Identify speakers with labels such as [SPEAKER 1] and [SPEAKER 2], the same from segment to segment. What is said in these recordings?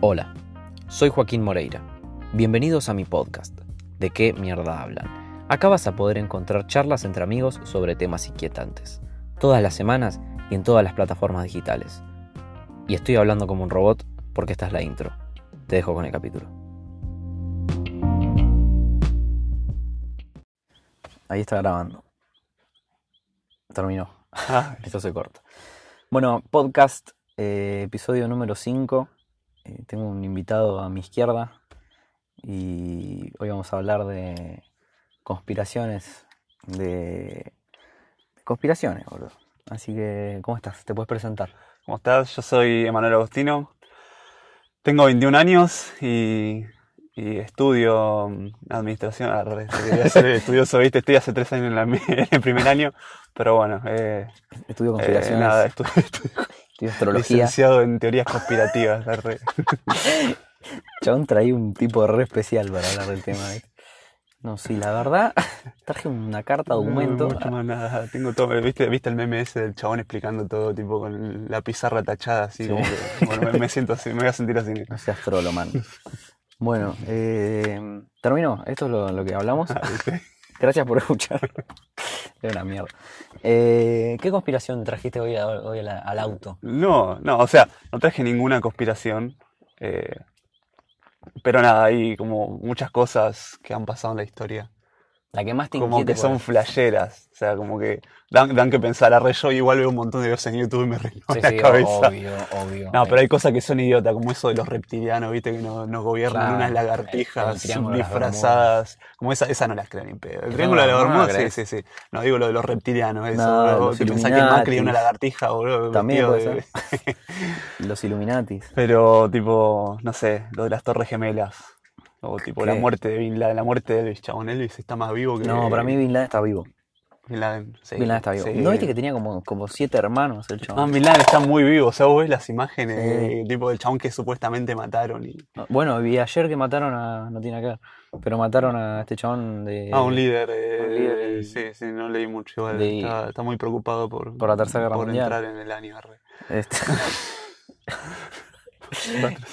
[SPEAKER 1] Hola, soy Joaquín Moreira. Bienvenidos a mi podcast, ¿De qué mierda hablan? Acá vas a poder encontrar charlas entre amigos sobre temas inquietantes, todas las semanas y en todas las plataformas digitales. Y estoy hablando como un robot porque esta es la intro. Te dejo con el capítulo. Ahí está grabando. Terminó.
[SPEAKER 2] Ah,
[SPEAKER 1] Esto se corta. Bueno, podcast, eh, episodio número 5. Eh, tengo un invitado a mi izquierda y hoy vamos a hablar de conspiraciones, de conspiraciones, boludo. Así que, ¿cómo estás? ¿Te puedes presentar?
[SPEAKER 2] ¿Cómo estás? Yo soy Emanuel Agostino. Tengo 21 años y, y estudio mm, administración. Ah, re, te quería ser estudioso, viste, estoy hace tres años en, la- en el primer año, pero bueno, eh,
[SPEAKER 1] Estudio
[SPEAKER 2] eh,
[SPEAKER 1] conspiraciones,
[SPEAKER 2] nada, estudio, estudio
[SPEAKER 1] estudio astrología.
[SPEAKER 2] licenciado en teorías conspirativas. la re.
[SPEAKER 1] Chabón traí un tipo re especial para hablar del tema. ¿viste? No, sí, la verdad, traje una carta documento.
[SPEAKER 2] No, mucho más nada, tengo todo, eh, ¿viste, viste el meme ese del chabón explicando todo, tipo con la pizarra tachada, así
[SPEAKER 1] Sí.
[SPEAKER 2] como que, bueno, me, me siento así, me voy a sentir así.
[SPEAKER 1] No seas trolo, man. Bueno, eh, terminó. Esto es lo, lo que hablamos. Gracias por escuchar. Es una mierda. Eh, ¿Qué conspiración trajiste hoy, a- hoy a la- al auto?
[SPEAKER 2] No, no, o sea, no traje ninguna conspiración. eh, pero nada, hay como muchas cosas que han pasado en la historia.
[SPEAKER 1] La que más te
[SPEAKER 2] Como
[SPEAKER 1] inquieta.
[SPEAKER 2] que son flasheras. O sea, como que dan, dan que pensar. Arre, yo igual veo un montón de videos en YouTube y me reino
[SPEAKER 1] Sí,
[SPEAKER 2] la
[SPEAKER 1] sí,
[SPEAKER 2] cabeza.
[SPEAKER 1] obvio, obvio.
[SPEAKER 2] No, pero hay cosas que son idiotas, como eso de los reptilianos, viste, que nos no gobiernan
[SPEAKER 1] Claro,
[SPEAKER 2] unas
[SPEAKER 1] el- el
[SPEAKER 2] lagartijas
[SPEAKER 1] triángulo de las
[SPEAKER 2] disfrazadas. Como esa, esa no las creen ni en pedo. El
[SPEAKER 1] no
[SPEAKER 2] triángulo de
[SPEAKER 1] la-
[SPEAKER 2] las
[SPEAKER 1] no la
[SPEAKER 2] Bermuda, sí,
[SPEAKER 1] crees.
[SPEAKER 2] sí, sí. No, digo lo de los reptilianos, eso.
[SPEAKER 1] No,
[SPEAKER 2] boludo.
[SPEAKER 1] los
[SPEAKER 2] ¿Te pensás que Macri es una
[SPEAKER 1] Illuminatis.
[SPEAKER 2] lagartija, boludo?
[SPEAKER 1] También
[SPEAKER 2] vestido
[SPEAKER 1] puede
[SPEAKER 2] de-
[SPEAKER 1] Los Illuminatis.
[SPEAKER 2] Pero tipo, no sé, lo de las Torres Gemelas. O tipo la
[SPEAKER 1] ¿Qué?
[SPEAKER 2] muerte de Bin Laden, la muerte de Elvis, chabón. Elvis está más vivo que.
[SPEAKER 1] No, para mí Bin Laden está vivo.
[SPEAKER 2] Bin Laden, sí,
[SPEAKER 1] Bin Laden está vivo.
[SPEAKER 2] sí.
[SPEAKER 1] ¿No viste que tenía como, como siete hermanos el
[SPEAKER 2] No,
[SPEAKER 1] chabón?
[SPEAKER 2] Bin Laden está muy vivo. O sea, vos ves las imágenes
[SPEAKER 1] Sí.
[SPEAKER 2] de- tipo del chabón que supuestamente mataron y.
[SPEAKER 1] Bueno, y ayer que mataron a. No tiene nada que ver. Pero mataron a este chabón de.
[SPEAKER 2] Ah, un líder, eh,
[SPEAKER 1] un líder y-
[SPEAKER 2] sí, sí, no leí mucho igual.
[SPEAKER 1] de-
[SPEAKER 2] Está, está muy preocupado por,
[SPEAKER 1] por la Tercera Guerra
[SPEAKER 2] por
[SPEAKER 1] Mundial.
[SPEAKER 2] entrar en el año arre.
[SPEAKER 1] Este-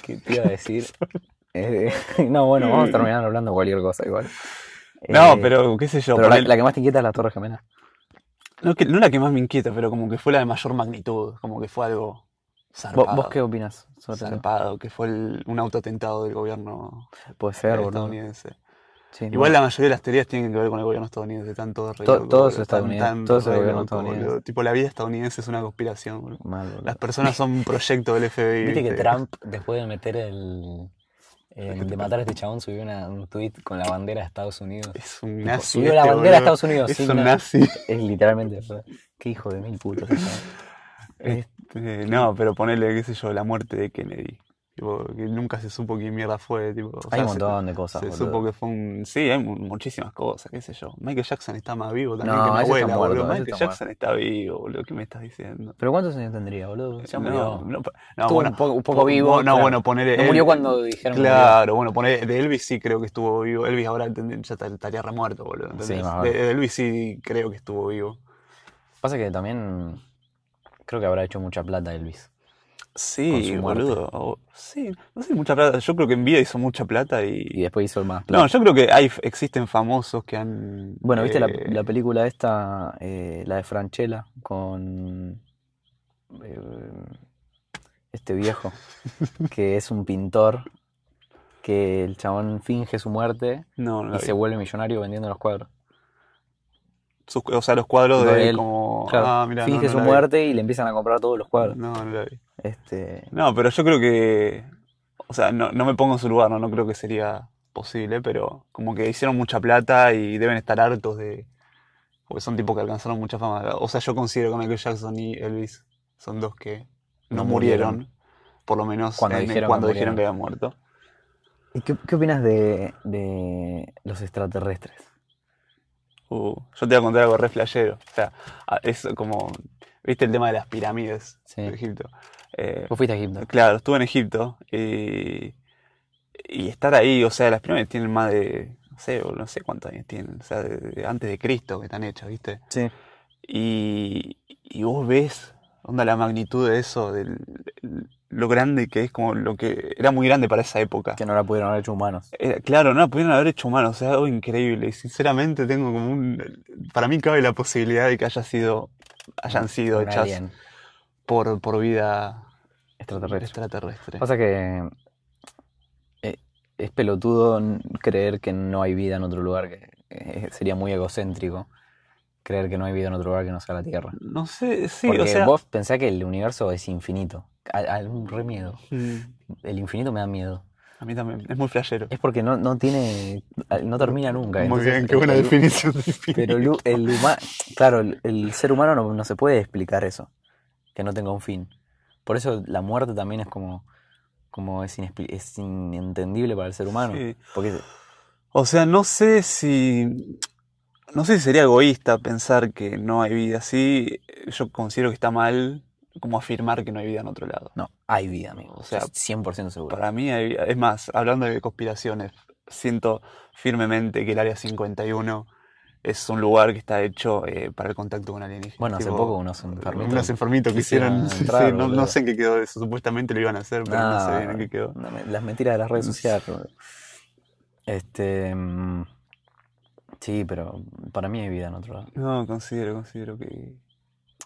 [SPEAKER 1] ¿Qué te iba a decir? Eh, no, bueno, vamos a terminar hablando cualquier cosa igual.
[SPEAKER 2] No,
[SPEAKER 1] Eh,
[SPEAKER 2] pero qué sé yo,
[SPEAKER 1] pero la,
[SPEAKER 2] ponele-
[SPEAKER 1] la que más te inquieta es la Torre Gemela.
[SPEAKER 2] no, que- no la que más me inquieta, pero como que fue la de mayor magnitud, como que fue algo
[SPEAKER 1] ¿Vos,
[SPEAKER 2] zarpado.
[SPEAKER 1] vos qué opinás sobre eso?
[SPEAKER 2] zarpado, que fue el- un autotentado del gobierno
[SPEAKER 1] Puede ser, boludo.
[SPEAKER 2] estadounidense.
[SPEAKER 1] Sí,
[SPEAKER 2] Igual
[SPEAKER 1] bueno.
[SPEAKER 2] la mayoría de las teorías tienen que ver con el gobierno estadounidense, están todos re
[SPEAKER 1] To-
[SPEAKER 2] locos,
[SPEAKER 1] todo es
[SPEAKER 2] boludo,
[SPEAKER 1] estadounidense,
[SPEAKER 2] están
[SPEAKER 1] todo es el
[SPEAKER 2] re
[SPEAKER 1] gobierno
[SPEAKER 2] locos,
[SPEAKER 1] estadounidense.
[SPEAKER 2] boludo. Tipo, la vida estadounidense es una conspiración, boludo.
[SPEAKER 1] Mal, boludo.
[SPEAKER 2] Las personas son un proyecto del FBI,
[SPEAKER 3] Viste que
[SPEAKER 2] ¿viste?
[SPEAKER 3] Trump, después de meter el. el- de matar a este chabón, subió una- un tweet con la bandera de Estados Unidos.
[SPEAKER 2] Es un nazi.
[SPEAKER 3] Subió la bandera
[SPEAKER 2] este,
[SPEAKER 3] de
[SPEAKER 2] boludo.
[SPEAKER 3] Estados Unidos.
[SPEAKER 2] Es
[SPEAKER 3] sin
[SPEAKER 2] un
[SPEAKER 3] nada.
[SPEAKER 2] nazi.
[SPEAKER 1] Es literalmente eso. Qué hijo de mil putos.
[SPEAKER 2] Este, no, pero ponerle, qué sé yo, la muerte de Kennedy. Tipo, que nunca se supo quién mierda fue. Tipo, o sea,
[SPEAKER 1] Hay un
[SPEAKER 2] se-
[SPEAKER 1] montón de cosas,
[SPEAKER 2] Se
[SPEAKER 1] boludo.
[SPEAKER 2] supo que fue un. Sí, hay mu- muchísimas cosas, qué sé yo. Michael Jackson está más vivo también
[SPEAKER 1] No,
[SPEAKER 2] que mi
[SPEAKER 1] ese está
[SPEAKER 2] abuela,
[SPEAKER 1] muerto,
[SPEAKER 2] boludo.
[SPEAKER 1] ese
[SPEAKER 2] Michael
[SPEAKER 1] está
[SPEAKER 2] Jackson está vivo, boludo. ¿Qué me estás diciendo?
[SPEAKER 1] ¿Pero cuántos años tendría, boludo? Ya
[SPEAKER 2] No,
[SPEAKER 1] murió.
[SPEAKER 2] no, pa- no,
[SPEAKER 1] Estuvo
[SPEAKER 2] bueno,
[SPEAKER 1] un poco, un poco
[SPEAKER 2] po-
[SPEAKER 1] vivo.
[SPEAKER 2] No,
[SPEAKER 1] claro.
[SPEAKER 2] bueno, poner.
[SPEAKER 1] No murió cuando dijeron que
[SPEAKER 2] Claro, bueno, poner. De Elvis sí creo que estuvo vivo. Elvis ahora entendés, ya estaría- estaría remuerto, boludo.
[SPEAKER 1] Sí,
[SPEAKER 2] ¿entendés?
[SPEAKER 1] más
[SPEAKER 2] de,
[SPEAKER 1] vale.
[SPEAKER 2] de Elvis sí creo que estuvo vivo.
[SPEAKER 1] Pasa que también creo que habrá hecho mucha plata Elvis. con
[SPEAKER 2] Sí,
[SPEAKER 1] su muerte.
[SPEAKER 2] boludo. o- Sí, no sé, mucha plata. Yo creo que en vida hizo mucha plata
[SPEAKER 1] Y
[SPEAKER 2] y.
[SPEAKER 1] después hizo más plata.
[SPEAKER 2] No, yo creo que hay, existen famosos que han.
[SPEAKER 1] Bueno, ¿viste la,
[SPEAKER 2] eh,
[SPEAKER 1] la película esta, eh, la de Franchella, con eh, este viejo, que es un pintor, que el chabón finge su muerte
[SPEAKER 2] No, no la
[SPEAKER 1] y se
[SPEAKER 2] vi.
[SPEAKER 1] vuelve millonario vendiendo los cuadros?
[SPEAKER 2] Sus- o sea, los cuadros
[SPEAKER 1] Lo
[SPEAKER 2] de
[SPEAKER 1] de él.
[SPEAKER 2] como.
[SPEAKER 1] Claro,
[SPEAKER 2] Ah, mirá, no,
[SPEAKER 1] finge
[SPEAKER 2] no
[SPEAKER 1] su
[SPEAKER 2] la vi. Mm.
[SPEAKER 1] muerte y le empiezan a comprar todos los cuadros.
[SPEAKER 2] No, no la vi.
[SPEAKER 1] Este,
[SPEAKER 2] No, pero yo creo que. O sea, no, no me pongo en su lugar, no, no creo que sería posible, pero como que hicieron mucha plata y deben estar hartos de. Porque son tipos que alcanzaron mucha fama. O sea, yo considero que Michael Jackson y Elvis son dos que no
[SPEAKER 1] No murieron.
[SPEAKER 2] murieron, por lo menos
[SPEAKER 1] Cuando
[SPEAKER 2] en-
[SPEAKER 1] dijeron que
[SPEAKER 2] cuando dijeron
[SPEAKER 1] murieron.
[SPEAKER 2] que habían muerto.
[SPEAKER 1] ¿Y qué, qué opinas de, de los extraterrestres?
[SPEAKER 2] Uh, yo te voy a contar algo re flashero. O sea, a- es como. ¿Viste el tema de las pirámides
[SPEAKER 1] Sí.
[SPEAKER 2] de Egipto? Eh,
[SPEAKER 1] Vos fuiste a Egipto.
[SPEAKER 2] Claro, estuve en Egipto y, y estar ahí, o sea, las pirámides tienen más de, no sé, o no sé cuántos años tienen, o sea, de- de antes de Cristo que están hechas, ¿viste?
[SPEAKER 1] Sí.
[SPEAKER 2] Y, y vos ves, onda, la magnitud de eso, del, lo grande que es, como lo que era muy grande para esa época.
[SPEAKER 1] Que no la pudieron haber hecho humanos.
[SPEAKER 2] Era- claro, no la pudieron haber hecho humanos, o sea, algo increíble. Y sinceramente tengo como un... Para mí cabe la posibilidad de que haya sido, hayan sido
[SPEAKER 1] Un
[SPEAKER 2] hechas
[SPEAKER 1] alien
[SPEAKER 2] por, por vida
[SPEAKER 1] extraterrestre.
[SPEAKER 2] extraterrestre.
[SPEAKER 1] Pasa que eh, es pelotudo n- creer que no hay vida en otro lugar, que eh, sería muy egocéntrico creer que no hay vida en otro lugar que no sea la Tierra.
[SPEAKER 2] no sé, sí, o
[SPEAKER 1] Porque
[SPEAKER 2] sea...
[SPEAKER 1] vos pensás que el universo es infinito. A, a- un re miedo.
[SPEAKER 2] mm,
[SPEAKER 1] El infinito me da miedo.
[SPEAKER 2] A mí también, es muy flashero.
[SPEAKER 1] Es porque no, no tiene. No termina nunca.
[SPEAKER 2] Muy
[SPEAKER 1] entonces
[SPEAKER 2] bien, qué
[SPEAKER 1] el-
[SPEAKER 2] buena
[SPEAKER 1] el-
[SPEAKER 2] definición de
[SPEAKER 1] Pero el, hu- el huma- claro, el, el ser humano no, no se puede explicar eso, que no tenga un fin. Por eso la muerte también es como, como es, inexpli- es inentendible para el ser humano.
[SPEAKER 2] Sí.
[SPEAKER 1] Porque es-
[SPEAKER 2] O sea, no sé si. No sé si sería egoísta pensar que no hay vida así. Yo considero que está mal como afirmar que no hay vida en otro lado.
[SPEAKER 1] no, hay vida, amigo.
[SPEAKER 2] O sea,
[SPEAKER 1] es 100% seguro.
[SPEAKER 2] Para mí hay vida. Es más, hablando de conspiraciones, siento firmemente que el Área 51 es un lugar que está hecho eh, para el contacto con alienígenas.
[SPEAKER 1] Bueno, hace
[SPEAKER 2] Tipo,
[SPEAKER 1] poco unos enfermitos
[SPEAKER 2] Unos enfermitos que
[SPEAKER 1] quisieron
[SPEAKER 2] hicieron. sí, sí,
[SPEAKER 1] entrar,
[SPEAKER 2] no, no
[SPEAKER 1] boludo. Ah.
[SPEAKER 2] sé en qué quedó de eso. Supuestamente lo iban a hacer, pero no sé
[SPEAKER 1] Nah,
[SPEAKER 2] bien en qué quedó.
[SPEAKER 1] no me- las mentiras de las redes sociales.
[SPEAKER 2] Mm.
[SPEAKER 1] boludo. Este, mm, sí, pero para mí hay vida en otro lado.
[SPEAKER 2] No, considero, considero que.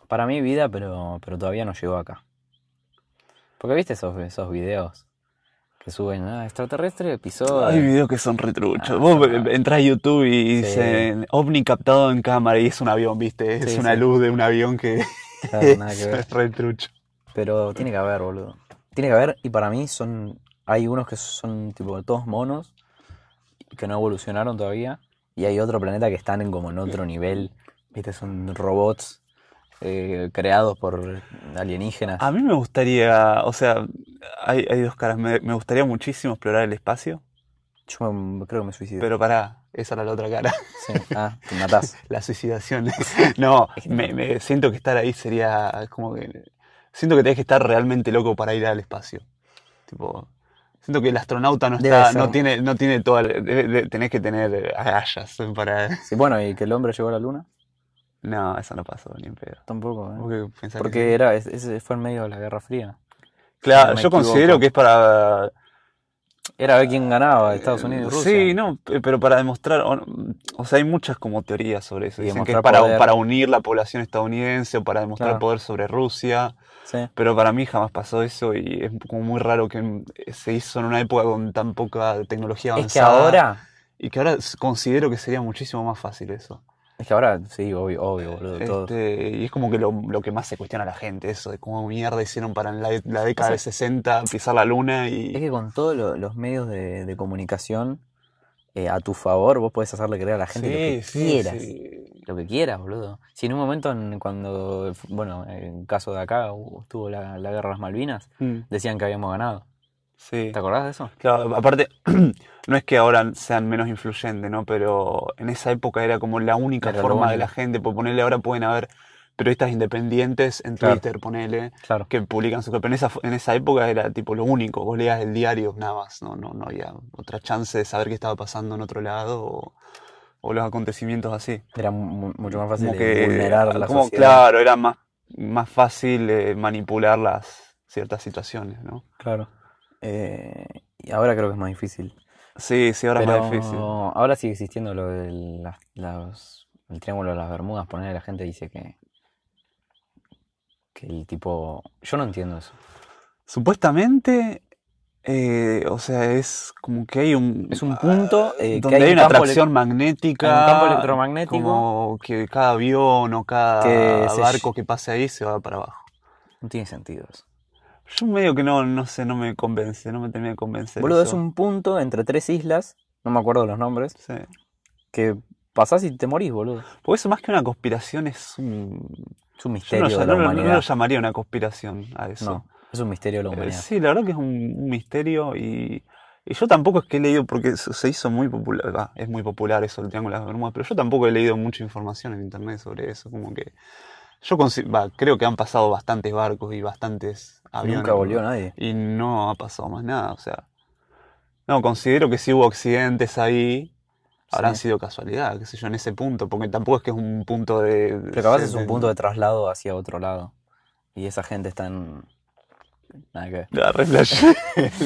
[SPEAKER 1] Para mí vida, pero, pero todavía no llegó acá. Porque viste esos, esos videos que suben, ah, extraterrestre, episodio.
[SPEAKER 2] Hay videos que son retruchos.
[SPEAKER 1] eh, Ah,
[SPEAKER 2] Vos
[SPEAKER 1] son-
[SPEAKER 2] entras a YouTube y
[SPEAKER 1] Sí.
[SPEAKER 2] dicen ovni captado en cámara y es un avión, ¿viste? Es
[SPEAKER 1] Sí,
[SPEAKER 2] una
[SPEAKER 1] sí.
[SPEAKER 2] luz de un avión que
[SPEAKER 1] Claro, nada que ver.
[SPEAKER 2] es retrucho.
[SPEAKER 1] Pero tiene que haber, boludo. Tiene que haber, y para mí son. Hay unos que son tipo todos monos, que no evolucionaron todavía, y hay otro planeta que están en como en otro nivel. Viste, son robots eh, creados por alienígenas.
[SPEAKER 2] A mí me gustaría, o sea, hay, hay dos caras. Me, me gustaría muchísimo explorar el espacio,
[SPEAKER 1] Yo me- creo que me suicido.
[SPEAKER 2] pero pará, esa era la otra cara.
[SPEAKER 1] Sí. Ah, te matás.
[SPEAKER 2] La suicidación. No, me, me siento que estar ahí sería como que. Siento que tenés que estar realmente loco para ir al espacio. Tipo. Siento que el astronauta no
[SPEAKER 1] Debe
[SPEAKER 2] está,
[SPEAKER 1] ser.
[SPEAKER 2] no tiene, no tiene toda, la- debe- de- tenés que tener agallas para.
[SPEAKER 1] Sí, bueno, y que el hombre llegó a la luna,
[SPEAKER 2] No, eso no pasó, ni en pedo.
[SPEAKER 1] tampoco, ¿eh?
[SPEAKER 2] ¿Vos qué pensás que sí?
[SPEAKER 1] Porque era, es- ese fue en medio de la Guerra Fría.
[SPEAKER 2] Claro,
[SPEAKER 1] no me
[SPEAKER 2] yo considero
[SPEAKER 1] equivoco.
[SPEAKER 2] que es para. eh,
[SPEAKER 1] Era ver quién ganaba, Estados Unidos y Rusia.
[SPEAKER 2] Sí, no, pe- pero para demostrar. O, o sea, hay muchas como teorías sobre eso.
[SPEAKER 1] Y
[SPEAKER 2] Dicen que es
[SPEAKER 1] demostrar
[SPEAKER 2] para,
[SPEAKER 1] poder.
[SPEAKER 2] para unir la población estadounidense o para demostrar
[SPEAKER 1] Claro.
[SPEAKER 2] poder sobre Rusia.
[SPEAKER 1] Sí.
[SPEAKER 2] Pero para mí jamás pasó eso y es como muy raro que se hizo en una época con tan poca tecnología
[SPEAKER 1] Es que
[SPEAKER 2] avanzada.
[SPEAKER 1] ahora,
[SPEAKER 2] Y que ahora s- considero que sería muchísimo más fácil eso.
[SPEAKER 1] es que ahora, sí, obvio, obvio, boludo, todo.
[SPEAKER 2] Este, y es como que lo, lo que más se cuestiona a la gente, eso de cómo mierda hicieron para en la, la década
[SPEAKER 1] Pasa-
[SPEAKER 2] de 60 pisar la luna y.
[SPEAKER 1] Es que con todos lo- los medios de, de comunicación eh, a tu favor, vos podés hacerle creer a la gente lo que
[SPEAKER 2] Sí, sí,
[SPEAKER 1] quieras.
[SPEAKER 2] sí.
[SPEAKER 1] Lo que quieras, boludo. Si en un momento, en- cuando, bueno, en el caso de acá, hubo- estuvo la, la guerra de las Malvinas,
[SPEAKER 2] Mm,
[SPEAKER 1] decían que habíamos ganado.
[SPEAKER 2] sí.
[SPEAKER 1] ¿Te acordás de eso?
[SPEAKER 2] Claro, aparte, no es que ahora sean menos influyentes, ¿no? Pero en esa época era como la única
[SPEAKER 1] Era lo
[SPEAKER 2] forma de
[SPEAKER 1] único.
[SPEAKER 2] la gente, por ponerle ahora pueden haber periodistas independientes en
[SPEAKER 1] Claro.
[SPEAKER 2] Twitter, ponele,
[SPEAKER 1] Claro.
[SPEAKER 2] que publican su Pero en esa, en esa época era tipo lo único, vos leías el diario nada más, no, no, no había otra chance de saber qué estaba pasando en otro lado o, o los acontecimientos así.
[SPEAKER 1] Era mu- mucho más fácil
[SPEAKER 2] Como
[SPEAKER 1] de
[SPEAKER 2] que,
[SPEAKER 1] vulnerar la
[SPEAKER 2] como,
[SPEAKER 1] sociedad.
[SPEAKER 2] claro, era más, más fácil eh, manipular las ciertas situaciones, ¿no?
[SPEAKER 1] Claro. Eh, y ahora creo que es más difícil.
[SPEAKER 2] Sí, sí, ahora es más
[SPEAKER 1] Pero
[SPEAKER 2] difícil.
[SPEAKER 1] ahora sigue existiendo lo del las- las- el triángulo de las Bermudas. Poner la gente dice que. Que el tipo. Yo no entiendo eso.
[SPEAKER 2] Supuestamente, eh, o sea, es como que hay un,
[SPEAKER 1] Es un punto,
[SPEAKER 2] ah,
[SPEAKER 1] eh, que
[SPEAKER 2] donde
[SPEAKER 1] hay
[SPEAKER 2] hay
[SPEAKER 1] un
[SPEAKER 2] una
[SPEAKER 1] campo
[SPEAKER 2] atracción magnética,
[SPEAKER 1] hay un campo electromagnético.
[SPEAKER 2] como que cada avión o cada
[SPEAKER 1] Que se
[SPEAKER 2] barco
[SPEAKER 1] lle-
[SPEAKER 2] que pase ahí se va para abajo.
[SPEAKER 1] No tiene sentido eso.
[SPEAKER 2] Yo medio que no, no sé, no me convence, no me termina de convencer
[SPEAKER 1] Boludo, es
[SPEAKER 2] eso.
[SPEAKER 1] un punto entre tres islas. No me acuerdo los nombres.
[SPEAKER 2] Sí.
[SPEAKER 1] Que pasás y te morís, boludo.
[SPEAKER 2] Porque eso más que una conspiración es un...
[SPEAKER 1] Es un
[SPEAKER 2] Yo no,
[SPEAKER 1] misterio
[SPEAKER 2] lo-
[SPEAKER 1] de la
[SPEAKER 2] no lo- no lo
[SPEAKER 1] humanidad.
[SPEAKER 2] llamaría una conspiración a eso.
[SPEAKER 1] No, es un misterio de la
[SPEAKER 2] Eh,
[SPEAKER 1] humanidad.
[SPEAKER 2] sí, la verdad que es un, un misterio y, y yo tampoco es que he leído, porque se se hizo muy popular, va, es muy popular eso, el Triángulo de las Bermudas, pero yo tampoco he leído mucha información en internet sobre eso, como que yo consi- va, creo que han pasado bastantes barcos y bastantes aviones.
[SPEAKER 1] Nunca volvió
[SPEAKER 2] ¿no?
[SPEAKER 1] nadie.
[SPEAKER 2] Y no ha pasado más nada, o sea. No, considero que si hubo accidentes ahí, habrán
[SPEAKER 1] Sí.
[SPEAKER 2] sido casualidad, qué sé yo, en ese punto, porque tampoco es que es un punto de...
[SPEAKER 1] Pero capaz
[SPEAKER 2] de-
[SPEAKER 1] es un
[SPEAKER 2] de-
[SPEAKER 1] punto de traslado hacia otro lado. Y esa gente está en, Nada que ver.
[SPEAKER 2] La re flashé.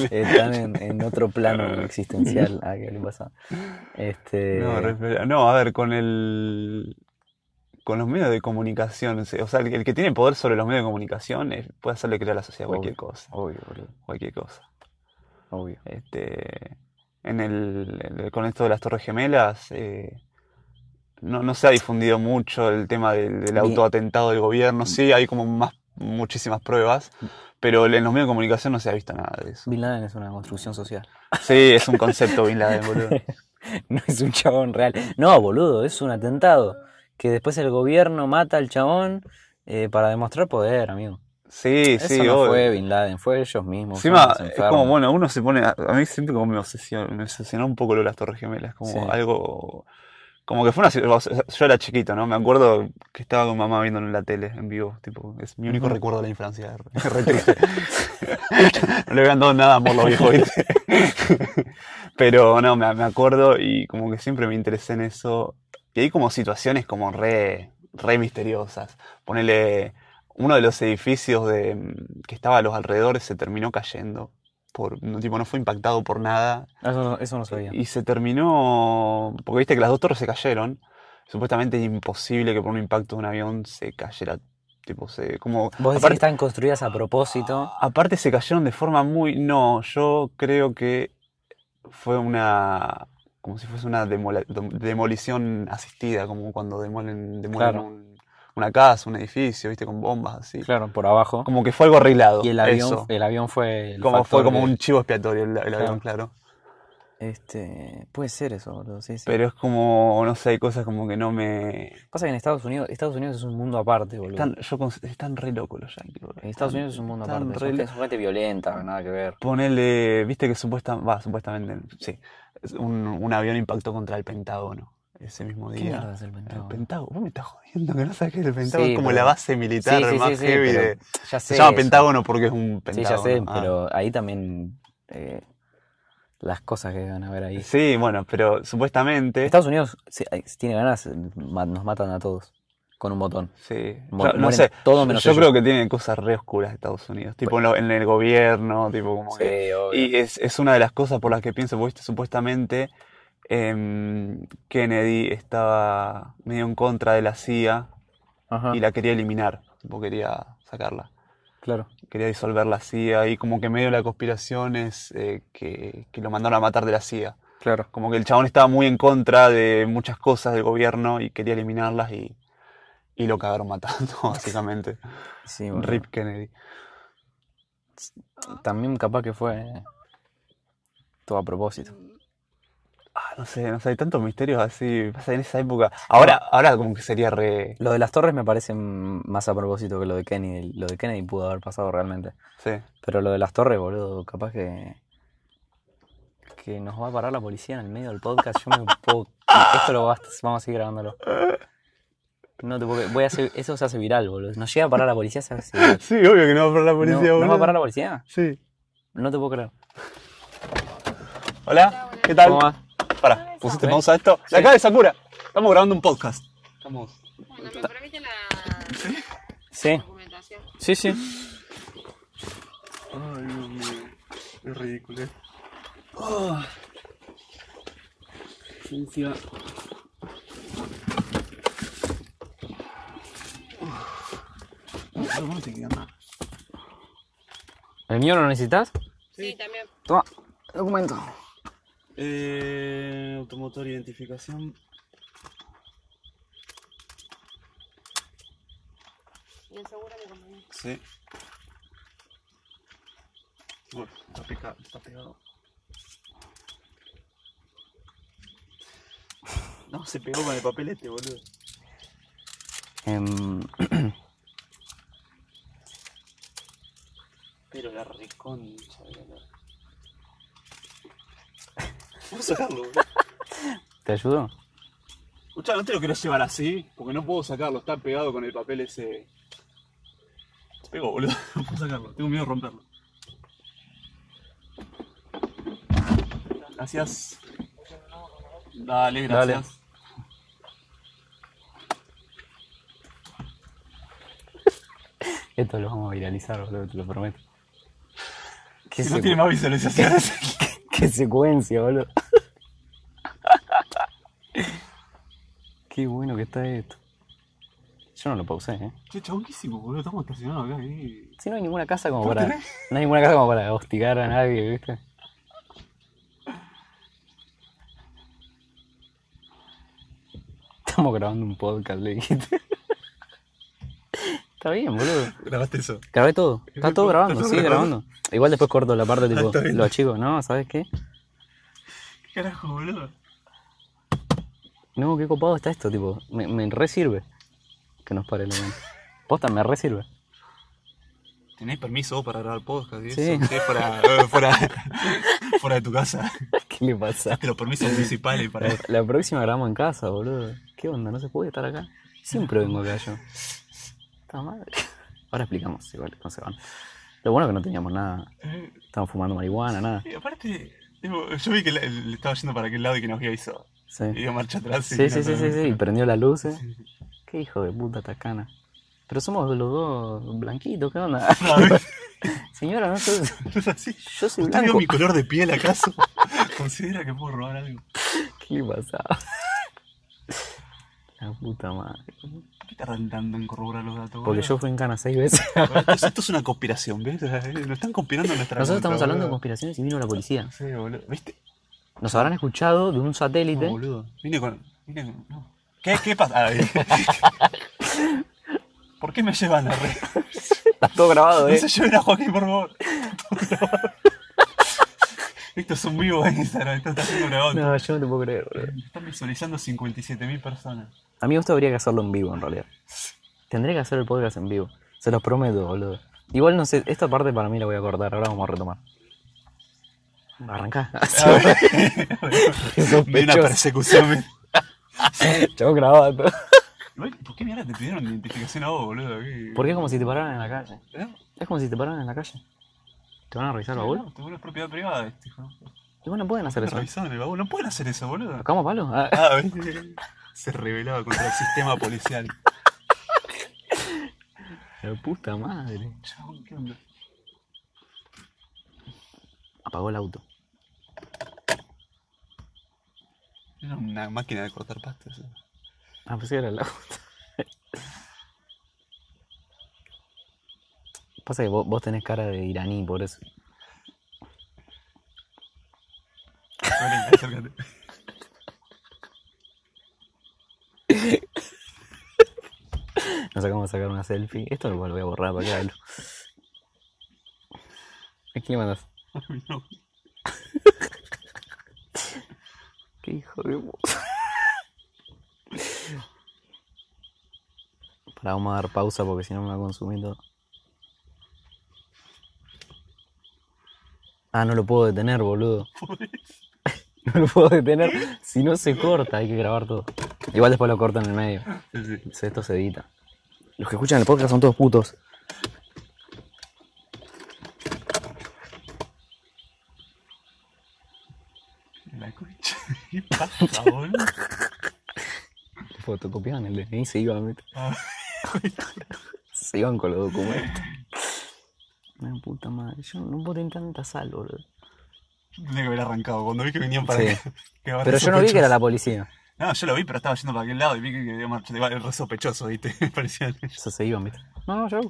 [SPEAKER 1] Están en, en otro plano existencial. Ah, qué le pasa. Este,
[SPEAKER 2] No, re flashé. No, a ver, con el. Con los medios de comunicación. O sea, el, el que tiene poder sobre los medios de comunicación eh, puede hacerle creer a la sociedad cualquier cosa.
[SPEAKER 1] obvio, boludo.
[SPEAKER 2] Cualquier cosa.
[SPEAKER 1] Obvio.
[SPEAKER 2] Este, en el, el- con esto de las Torres Gemelas, eh, no, no se ha difundido mucho el tema del, del autoatentado del gobierno. Sí, hay como más, muchísimas pruebas, pero en los medios de comunicación no se ha visto nada de eso.
[SPEAKER 1] Bin Laden es una construcción social.
[SPEAKER 2] Sí, es un concepto Bin Laden, boludo.
[SPEAKER 1] No es un chabón real. No, boludo, es un atentado. Que después el gobierno mata al chabón eh, para demostrar poder, amigo.
[SPEAKER 2] Sí,
[SPEAKER 1] Eso
[SPEAKER 2] sí,
[SPEAKER 1] no
[SPEAKER 2] obvio.
[SPEAKER 1] fue Bin Laden, fue ellos mismos. son
[SPEAKER 2] Encima,
[SPEAKER 1] unos
[SPEAKER 2] es
[SPEAKER 1] enfermos.
[SPEAKER 2] como, bueno, uno se pone, a a mí siempre como me obsesionó, me obsesionó un poco lo de las Torres Gemelas, como
[SPEAKER 1] Sí.
[SPEAKER 2] algo, como que fue una, situ- o sea, yo era chiquito, ¿no? Me acuerdo que estaba con mamá viéndolo en la tele, en vivo, tipo, es mi único
[SPEAKER 1] Ujú.
[SPEAKER 2] recuerdo de la infancia, re, re triste. No le habían dado nada por lo viejo, ¿viste? Pero no, me, me acuerdo y como que siempre me interesé en eso. Y hay como situaciones como re, re misteriosas. Ponele, uno de los edificios de, mm, que estaba a los alrededores se terminó cayendo. Por, no, tipo, no fue impactado por nada.
[SPEAKER 1] Eso, no- eso no sabía.
[SPEAKER 2] Y se terminó, porque viste que las dos torres se cayeron. Supuestamente es imposible que por un impacto de un avión se cayera. Tipo, se, como,
[SPEAKER 1] Vos decís que
[SPEAKER 2] aparte-
[SPEAKER 1] están construidas a propósito.
[SPEAKER 2] Aparte se cayeron de forma muy... No, yo creo que fue una... como si fuese una demola- dom- demolición asistida, como cuando demolen, demuelen
[SPEAKER 1] Claro.
[SPEAKER 2] un- una casa, un edificio, viste, con bombas, así.
[SPEAKER 1] Claro, por abajo.
[SPEAKER 2] Como que fue algo arreglado,
[SPEAKER 1] Y el avión,
[SPEAKER 2] eso.
[SPEAKER 1] el avión fue el
[SPEAKER 2] Como fue
[SPEAKER 1] factor
[SPEAKER 2] como
[SPEAKER 1] que-
[SPEAKER 2] un chivo expiatorio el, el avión, claro.
[SPEAKER 1] Este, puede ser eso, boludo, sí, sí.
[SPEAKER 2] Pero es como, no sé, hay cosas como que no me...
[SPEAKER 1] Pasa que en Estados Unidos, Estados Unidos es un mundo aparte, boludo.
[SPEAKER 2] Están, yo cons- están re locos los yankees, boludo.
[SPEAKER 1] En Estados
[SPEAKER 2] Están-
[SPEAKER 1] Unidos es un mundo
[SPEAKER 2] están
[SPEAKER 1] aparte.
[SPEAKER 2] re
[SPEAKER 1] Son gente, son gente violenta, nada que ver.
[SPEAKER 2] Ponele, viste que supuesta, va, supuestamente, sí, es un, un avión impactó contra el Pentágono ese mismo
[SPEAKER 1] ¿Qué
[SPEAKER 2] día.
[SPEAKER 1] mierda es el
[SPEAKER 2] El
[SPEAKER 1] Pentágono?
[SPEAKER 2] Pentágono, vos me estás jodiendo que no sabes qué es el Pentágono,
[SPEAKER 1] Sí,
[SPEAKER 2] es como
[SPEAKER 1] pero-
[SPEAKER 2] la base militar
[SPEAKER 1] Sí, sí, sí,
[SPEAKER 2] más
[SPEAKER 1] sí,
[SPEAKER 2] heavy
[SPEAKER 1] pero
[SPEAKER 2] de...
[SPEAKER 1] ya
[SPEAKER 2] Se
[SPEAKER 1] sé
[SPEAKER 2] llama
[SPEAKER 1] eso.
[SPEAKER 2] Pentágono porque es un
[SPEAKER 1] Sí, ya
[SPEAKER 2] Pentágono.
[SPEAKER 1] sé,
[SPEAKER 2] ah.
[SPEAKER 1] pero ahí también eh, las cosas que van a ver ahí.
[SPEAKER 2] Sí, bueno, pero supuestamente...
[SPEAKER 1] Estados Unidos, si, si tiene ganas, ma- nos matan a todos con un botón.
[SPEAKER 2] Sí,
[SPEAKER 1] Mu-
[SPEAKER 2] yo- no
[SPEAKER 1] mueren
[SPEAKER 2] sé,
[SPEAKER 1] todos
[SPEAKER 2] yo-
[SPEAKER 1] menos
[SPEAKER 2] yo
[SPEAKER 1] ellos.
[SPEAKER 2] creo que tienen cosas re oscuras Estados Unidos, tipo en, lo- en el gobierno, tipo como
[SPEAKER 1] Sí,
[SPEAKER 2] que...
[SPEAKER 1] obvio.
[SPEAKER 2] Y es, es una de las cosas por las que pienso, porque viste, supuestamente em, Kennedy estaba medio en contra de la CIA
[SPEAKER 1] Ajá,
[SPEAKER 2] y la quería eliminar, tipo quería sacarla,
[SPEAKER 1] claro.
[SPEAKER 2] quería disolver la CIA y como que medio la conspiración es eh, que, que lo mandaron a matar de la CIA.
[SPEAKER 1] Claro.
[SPEAKER 2] Como que el chabón estaba muy en contra de muchas cosas del gobierno y quería eliminarlas y, y lo cagaron matando, básicamente.
[SPEAKER 1] Sí, boludo.
[SPEAKER 2] Rip Kennedy.
[SPEAKER 1] También capaz que fue eh, todo a propósito.
[SPEAKER 2] Ah, no sé, no sé, hay tantos misterios así. Pasa en esa época. Ahora, ahora como que sería re.
[SPEAKER 1] Lo de las torres me parece mm, más a propósito que lo de Kennedy. Lo de Kennedy pudo haber pasado realmente.
[SPEAKER 2] Sí.
[SPEAKER 1] Pero lo de las torres, boludo, capaz que. que nos va a parar la policía en el medio del podcast. Yo me puedo. Esto lo vas- vamos a seguir grabándolo. No te puedo creer. Voy a hacer, eso se hace viral, boludo. Nos llega a parar la policía, se hace viral.
[SPEAKER 2] Sí, obvio que no va a parar la
[SPEAKER 1] ¿No,
[SPEAKER 2] policía,
[SPEAKER 1] ¿no va
[SPEAKER 2] boludo.
[SPEAKER 1] a parar la policía?
[SPEAKER 2] Sí.
[SPEAKER 1] No te puedo creer.
[SPEAKER 2] Hola, ¿qué tal?
[SPEAKER 1] ¿Cómo va? ¿Eh?
[SPEAKER 2] Para, ¿pusiste pausa a esto? La cara de Sakura. Estamos grabando un podcast. Estamos.
[SPEAKER 4] Bueno, ¿me permite la
[SPEAKER 1] Sí,
[SPEAKER 4] documentación?
[SPEAKER 1] sí, sí.
[SPEAKER 2] Ay, Dios mío. Es ridículo, eh. ¿Cómo te queda más?
[SPEAKER 1] ¿El mío lo necesitas?
[SPEAKER 4] Sí, también.
[SPEAKER 1] Toma, documento.
[SPEAKER 2] Eh, automotor, identificación.
[SPEAKER 4] Y el seguro me conviene.
[SPEAKER 2] Sí. Bueno, está picado, está pegado. No, se pegó con el papelete, boludo.
[SPEAKER 1] Em,
[SPEAKER 2] Pero la reconcha, boludo. Vamos a sacarlo, boludo.
[SPEAKER 1] ¿Te ayudo?
[SPEAKER 2] Escuchá, no te lo quiero llevar así, porque no puedo sacarlo, está pegado con el papel ese. Se pegó, boludo. No puedo sacarlo, tengo miedo de romperlo. Gracias. Dale, gracias.
[SPEAKER 1] Esto lo vamos a viralizar, boludo, te lo prometo. Qué,
[SPEAKER 2] Si no
[SPEAKER 1] secu-
[SPEAKER 2] tiene más visualizaciones.
[SPEAKER 1] qué secuencia, boludo. qué bueno que está esto. Yo no lo pausé, ¿eh?
[SPEAKER 2] Che, chabón, ¿qué hicimos, boludo? Estamos estacionados acá. ¿eh?
[SPEAKER 1] Si no hay ninguna casa como
[SPEAKER 2] ¿Vos
[SPEAKER 1] para.
[SPEAKER 2] tenés?
[SPEAKER 1] No hay ninguna casa como para hostigar a nadie, ¿viste? Estamos grabando un podcast, le dijiste. Está bien, boludo.
[SPEAKER 2] Grabaste eso.
[SPEAKER 1] Grabé todo. Está todo grabando,
[SPEAKER 2] todo
[SPEAKER 1] sigue
[SPEAKER 2] grabando. Ah,
[SPEAKER 1] grabando. Igual después corto la parte tipo,
[SPEAKER 2] está bien.
[SPEAKER 1] los chicos, ¿no? ¿Sabes qué?
[SPEAKER 2] ¿Qué carajo, boludo?
[SPEAKER 1] No, qué copado está esto, tipo. Me, me re sirve que nos pare la mano. Posta, me re sirve.
[SPEAKER 2] ¿Tenés permiso vos para grabar podcast y
[SPEAKER 1] Sí.
[SPEAKER 2] eso? Sí, fuera, eh, fuera, fuera de tu casa.
[SPEAKER 1] ¿Qué le pasa?
[SPEAKER 2] Los permisos municipales para
[SPEAKER 1] La, la próxima grabamos en casa, boludo. ¿Qué onda? No se puede estar acá. Siempre vengo acá yo. Puta madre. Ahora explicamos igual cómo se van. Lo bueno es que no teníamos nada. Estábamos fumando marihuana, nada.
[SPEAKER 2] Y aparte, tipo, yo vi que le, le estaba yendo para aquel lado y que nos guió Y
[SPEAKER 1] Sí.
[SPEAKER 2] dio marcha atrás. y
[SPEAKER 1] Sí,
[SPEAKER 2] no,
[SPEAKER 1] sí, sí,
[SPEAKER 2] no,
[SPEAKER 1] sí,
[SPEAKER 2] no.
[SPEAKER 1] sí. Y prendió las luces. Qué hijo de puta tacana. Pero somos los dos blanquitos, ¿qué onda? Señora, no soy.
[SPEAKER 2] No Ah, es así.
[SPEAKER 1] Yo soy
[SPEAKER 2] ¿Usted vio
[SPEAKER 1] blanco.
[SPEAKER 2] mi color de piel acaso? ¿Considera que puedo robar algo?
[SPEAKER 1] ¿Qué le pasa? La puta madre.
[SPEAKER 2] ¿Por qué tardan tanto en corroborar los datos?
[SPEAKER 1] Porque yo fui en cana seis veces.
[SPEAKER 2] boludo? Esto, esto es una conspiración, ¿ves? eh, Lo están conspirando en nuestra
[SPEAKER 1] Nosotros estamos
[SPEAKER 2] contra,
[SPEAKER 1] hablando
[SPEAKER 2] boludo.
[SPEAKER 1] de conspiraciones y vino la policía.
[SPEAKER 2] Sí, boludo. ¿Viste?
[SPEAKER 1] Nos habrán escuchado de un
[SPEAKER 2] No,
[SPEAKER 1] satélite.
[SPEAKER 2] boludo. Vine con. Vine con. No. ¿Qué, qué pasa? Ah, bien. ¿Por qué me llevan a re?
[SPEAKER 1] Está todo grabado, eh.
[SPEAKER 2] No se lleven a Joaquín, por favor. Esto es un vivo en Instagram, esto está siendo grabado.
[SPEAKER 1] No, yo no te puedo creer, boludo.
[SPEAKER 2] Están visualizando 57.000 personas.
[SPEAKER 1] A mí esto habría que hacerlo en vivo, en realidad. Tendría que hacer el podcast en vivo. Se los prometo, boludo. Igual no sé, esta parte para mí la voy a cortar, ahora vamos a retomar. Arrancá. Qué
[SPEAKER 2] De una
[SPEAKER 1] sospechoso.
[SPEAKER 2] persecución.
[SPEAKER 1] Chavo grabado todo.
[SPEAKER 2] Igual, ¿Por qué mierda te pidieron identificación a vos, boludo? ¿Qué-
[SPEAKER 1] Porque es como si te pararan en la calle.
[SPEAKER 2] ¿Eh?
[SPEAKER 1] Es como si te pararan en la calle. Te van a revisar el baúl.
[SPEAKER 2] No, te vuelves propiedad privada este, hijo.
[SPEAKER 1] Y vos no pueden hacer eso.
[SPEAKER 2] Revisaron el baúl. No pueden hacer eso, boludo.
[SPEAKER 1] ¿Acabamos palo? Ah,
[SPEAKER 2] Ah, ¿viste? Se rebelaba contra el sistema policial.
[SPEAKER 1] la puta madre.
[SPEAKER 2] Chabón, ¿qué onda?
[SPEAKER 1] Apagó el auto.
[SPEAKER 2] Era una máquina de cortar pastas. ¿eh?
[SPEAKER 1] Ah, pensé que era el auto. Pasa que vos, vos tenés cara de iraní, por eso.
[SPEAKER 2] Ahora, acércate.
[SPEAKER 1] Nos acabamos de sacar una selfie. Esto lo voy a borrar para que ¿A quién le mandas?
[SPEAKER 2] Ay, no.
[SPEAKER 1] Qué hijo de puta. Para, vamos a dar pausa porque si no me va a consumir todo. Ah, no lo puedo detener, boludo. No lo puedo detener. Si no se corta, hay que grabar todo. Igual después lo cortan en el medio.
[SPEAKER 2] Sí, sí.
[SPEAKER 1] Se- Esto se edita. Los que escuchan el podcast son todos putos.
[SPEAKER 2] La concha. ¿Qué pasa, boludo?
[SPEAKER 1] Fotocopiaban el DNI y se iban, ¿viste?
[SPEAKER 2] Ah,
[SPEAKER 1] se iban con los documentos. Una puta madre. Yo no boté tanta sal, boludo.
[SPEAKER 2] Tenía que haber arrancado. Cuando vi que venían para
[SPEAKER 1] Sí.
[SPEAKER 2] acá. que agarré
[SPEAKER 1] Pero yo no vi que era
[SPEAKER 2] sospechoso.
[SPEAKER 1] la policía.
[SPEAKER 2] No, yo lo vi, pero estaba yendo para aquel lado y vi que había marcha. El re sospechoso, ¿viste? Parecía.
[SPEAKER 1] O sea, se iban, ¿viste? No, no, yo.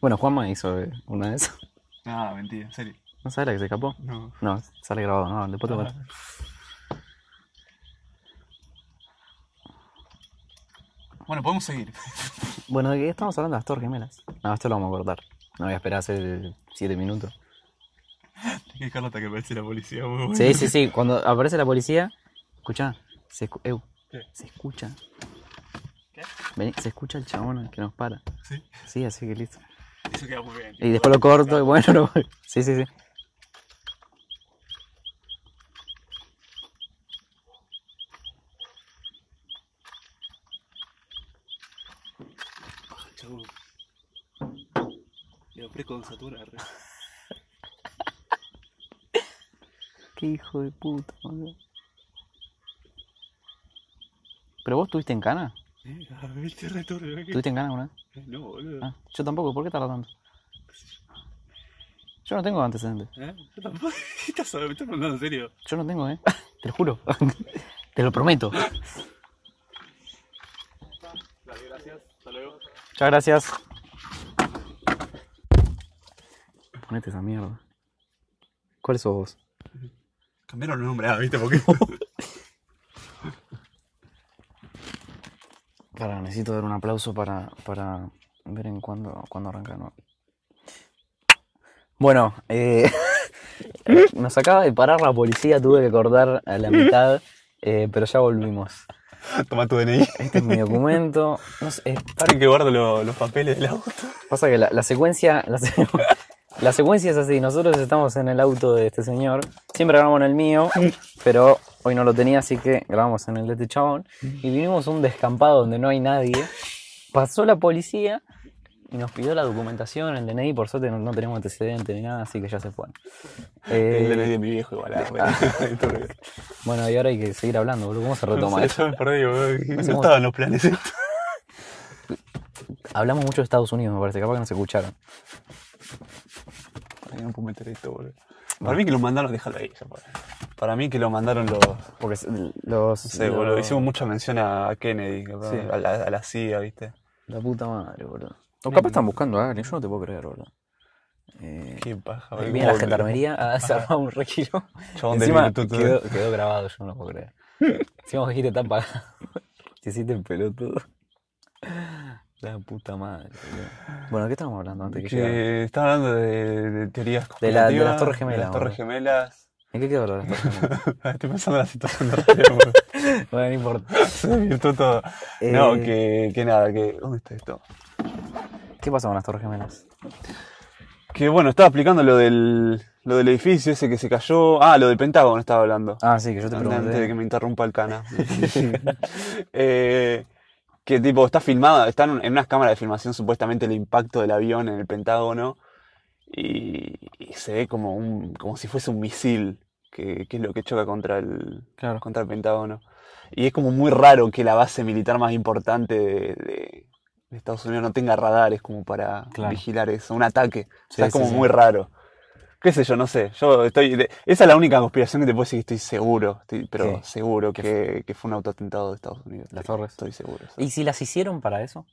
[SPEAKER 1] Bueno, Juanma hizo eh, una de esas.
[SPEAKER 2] No, mentira, en serio.
[SPEAKER 1] ¿No sabes la que se escapó?
[SPEAKER 2] No.
[SPEAKER 1] No, sale grabado, no, después
[SPEAKER 2] Ah.
[SPEAKER 1] te cuento.
[SPEAKER 2] Bueno, podemos seguir.
[SPEAKER 1] Bueno, ¿de qué estamos hablando? De las Torres Gemelas. No, esto lo vamos a cortar. No voy a esperar hace 7 minutos.
[SPEAKER 2] Hay que dejarlo hasta que aparece la policía, boludo.
[SPEAKER 1] Sí, sí, sí. Cuando aparece la policía, escucha, se, escu- Ew,
[SPEAKER 2] ¿Qué?
[SPEAKER 1] se escucha.
[SPEAKER 2] ¿Qué?
[SPEAKER 1] Vení, se escucha el chabón que nos para.
[SPEAKER 2] Sí.
[SPEAKER 1] Sí, así que listo.
[SPEAKER 2] Eso queda muy bien.
[SPEAKER 1] Y después lo corto, y bueno, no. Sí, sí, sí.
[SPEAKER 2] Chabón. Le apre con satura.
[SPEAKER 1] Qué hijo de puta, boludo. ¿Pero vos estuviste en Cana?
[SPEAKER 2] Eh, ¿Viste retorno? Eh,
[SPEAKER 1] ¿Estuviste en Cana una vez?
[SPEAKER 2] No, boludo.
[SPEAKER 1] Ah, yo tampoco, ¿por qué tarda tanto?
[SPEAKER 3] Yo no tengo antecedentes.
[SPEAKER 5] ¿Eh? Yo tampoco. ¿Estás, me estás preguntando en serio?
[SPEAKER 3] Yo no tengo, ¿eh? Te lo juro. Te lo prometo. Muchas gracias. Ponete esa mierda. ¿Cuál sos vos?
[SPEAKER 5] Cambiaron el nombre, ah, ¿viste? Porque.
[SPEAKER 3] Cara, necesito dar un aplauso para, para ver en cuándo, cuándo arranca. ¿no?
[SPEAKER 1] Bueno, eh, nos acaba de parar la policía, tuve que cortar a la mitad, eh, pero ya volvimos.
[SPEAKER 2] Toma tu DNI.
[SPEAKER 1] Este es mi documento. No sé, eh,
[SPEAKER 2] Para que guardo lo- los papeles del auto.
[SPEAKER 1] Pasa que la, la secuencia. La, se- la secuencia es así. Nosotros estamos en el auto de este señor. Siempre grabamos en el mío, pero hoy no lo tenía, así que grabamos en el de este chabón. Y vinimos a un descampado donde no hay nadie. Pasó la policía y nos pidió la documentación, el DNI. Por suerte no, no tenemos antecedentes ni nada, así que ya se fueron. Eh,
[SPEAKER 2] El DNI de mi viejo igual. ah, bueno.
[SPEAKER 1] bueno, y ahora hay que seguir hablando, boludo. ¿Cómo se retoma
[SPEAKER 2] No
[SPEAKER 1] esto?
[SPEAKER 2] sé, yo me perdí, boludo. No
[SPEAKER 1] eh. Hacemos-
[SPEAKER 2] estaban los planes estos.
[SPEAKER 1] Hablamos mucho de Estados Unidos, me parece. Capaz que nos escucharon.
[SPEAKER 2] Ay, No puedo meter esto, boludo. Para mí que lo mandaron, déjalo ahí. ya, para- Para mí que lo mandaron los. No
[SPEAKER 1] Porque se- los.
[SPEAKER 2] sé,
[SPEAKER 1] los-
[SPEAKER 2] boludo. Hicimos mucha mención a Kennedy, capaz, a, la, a la CIA, ¿viste?
[SPEAKER 1] La puta madre, boludo. O capaz están buscando a alguien, yo no te puedo creer, boludo. Eh,
[SPEAKER 2] Qué paja, boludo.
[SPEAKER 1] viene la
[SPEAKER 2] Como-
[SPEAKER 1] gendarmería a cerrar un regilo.
[SPEAKER 2] Chabón del
[SPEAKER 1] Encima
[SPEAKER 2] Instituto.
[SPEAKER 1] quedó, quedó grabado, yo no lo puedo creer. Encima vos dijiste tan pagado. Te hiciste el pelotudo. La puta madre, boludo. Bueno, ¿de qué estábamos hablando antes que llegara?
[SPEAKER 2] Que estaba hablando de, de teorías
[SPEAKER 1] De la- de
[SPEAKER 2] conspirativas,
[SPEAKER 1] las Torres
[SPEAKER 2] De
[SPEAKER 1] Gemelas,
[SPEAKER 2] las Torres
[SPEAKER 1] boludo.
[SPEAKER 2] Gemelas.
[SPEAKER 1] ¿En qué quedó la
[SPEAKER 2] Estoy pensando en la situación de Rafael, boludo.
[SPEAKER 1] Bueno, no importa.
[SPEAKER 2] Se desvirtuó todo. No,
[SPEAKER 1] Eh,
[SPEAKER 2] que, que nada, que. ¿Dónde está esto?
[SPEAKER 1] ¿Qué pasó con las Torres Gemelas?
[SPEAKER 2] Que bueno, estaba explicando lo del, lo del edificio ese que se cayó. Ah, lo del Pentágono estaba hablando.
[SPEAKER 1] Ah, sí, que yo te
[SPEAKER 2] Antes- Antes de que
[SPEAKER 1] pregunté.
[SPEAKER 2] me interrumpa el cana. Eh, que tipo, está filmada, están en unas cámaras de filmación supuestamente el impacto del avión en el Pentágono y, y se ve como, un, como si fuese un misil, que, que es lo que choca contra el,
[SPEAKER 1] Claro.
[SPEAKER 2] contra el Pentágono. Y es como muy raro que la base militar más importante de, de- de Estados Unidos no tenga radares como para
[SPEAKER 1] Claro.
[SPEAKER 2] vigilar eso, un ataque. o
[SPEAKER 1] Sí,
[SPEAKER 2] sea, es
[SPEAKER 1] sí,
[SPEAKER 2] como
[SPEAKER 1] sí.
[SPEAKER 2] muy raro qué sé yo, no sé. Yo estoy. de- esa es la única conspiración que te puedo decir que estoy seguro. estoy- pero
[SPEAKER 1] Sí.
[SPEAKER 2] seguro que, que fue un autoatentado de Estados Unidos.
[SPEAKER 1] Las
[SPEAKER 2] estoy,
[SPEAKER 1] torres.
[SPEAKER 2] Estoy seguro. sí.
[SPEAKER 1] ¿Y si las hicieron para eso?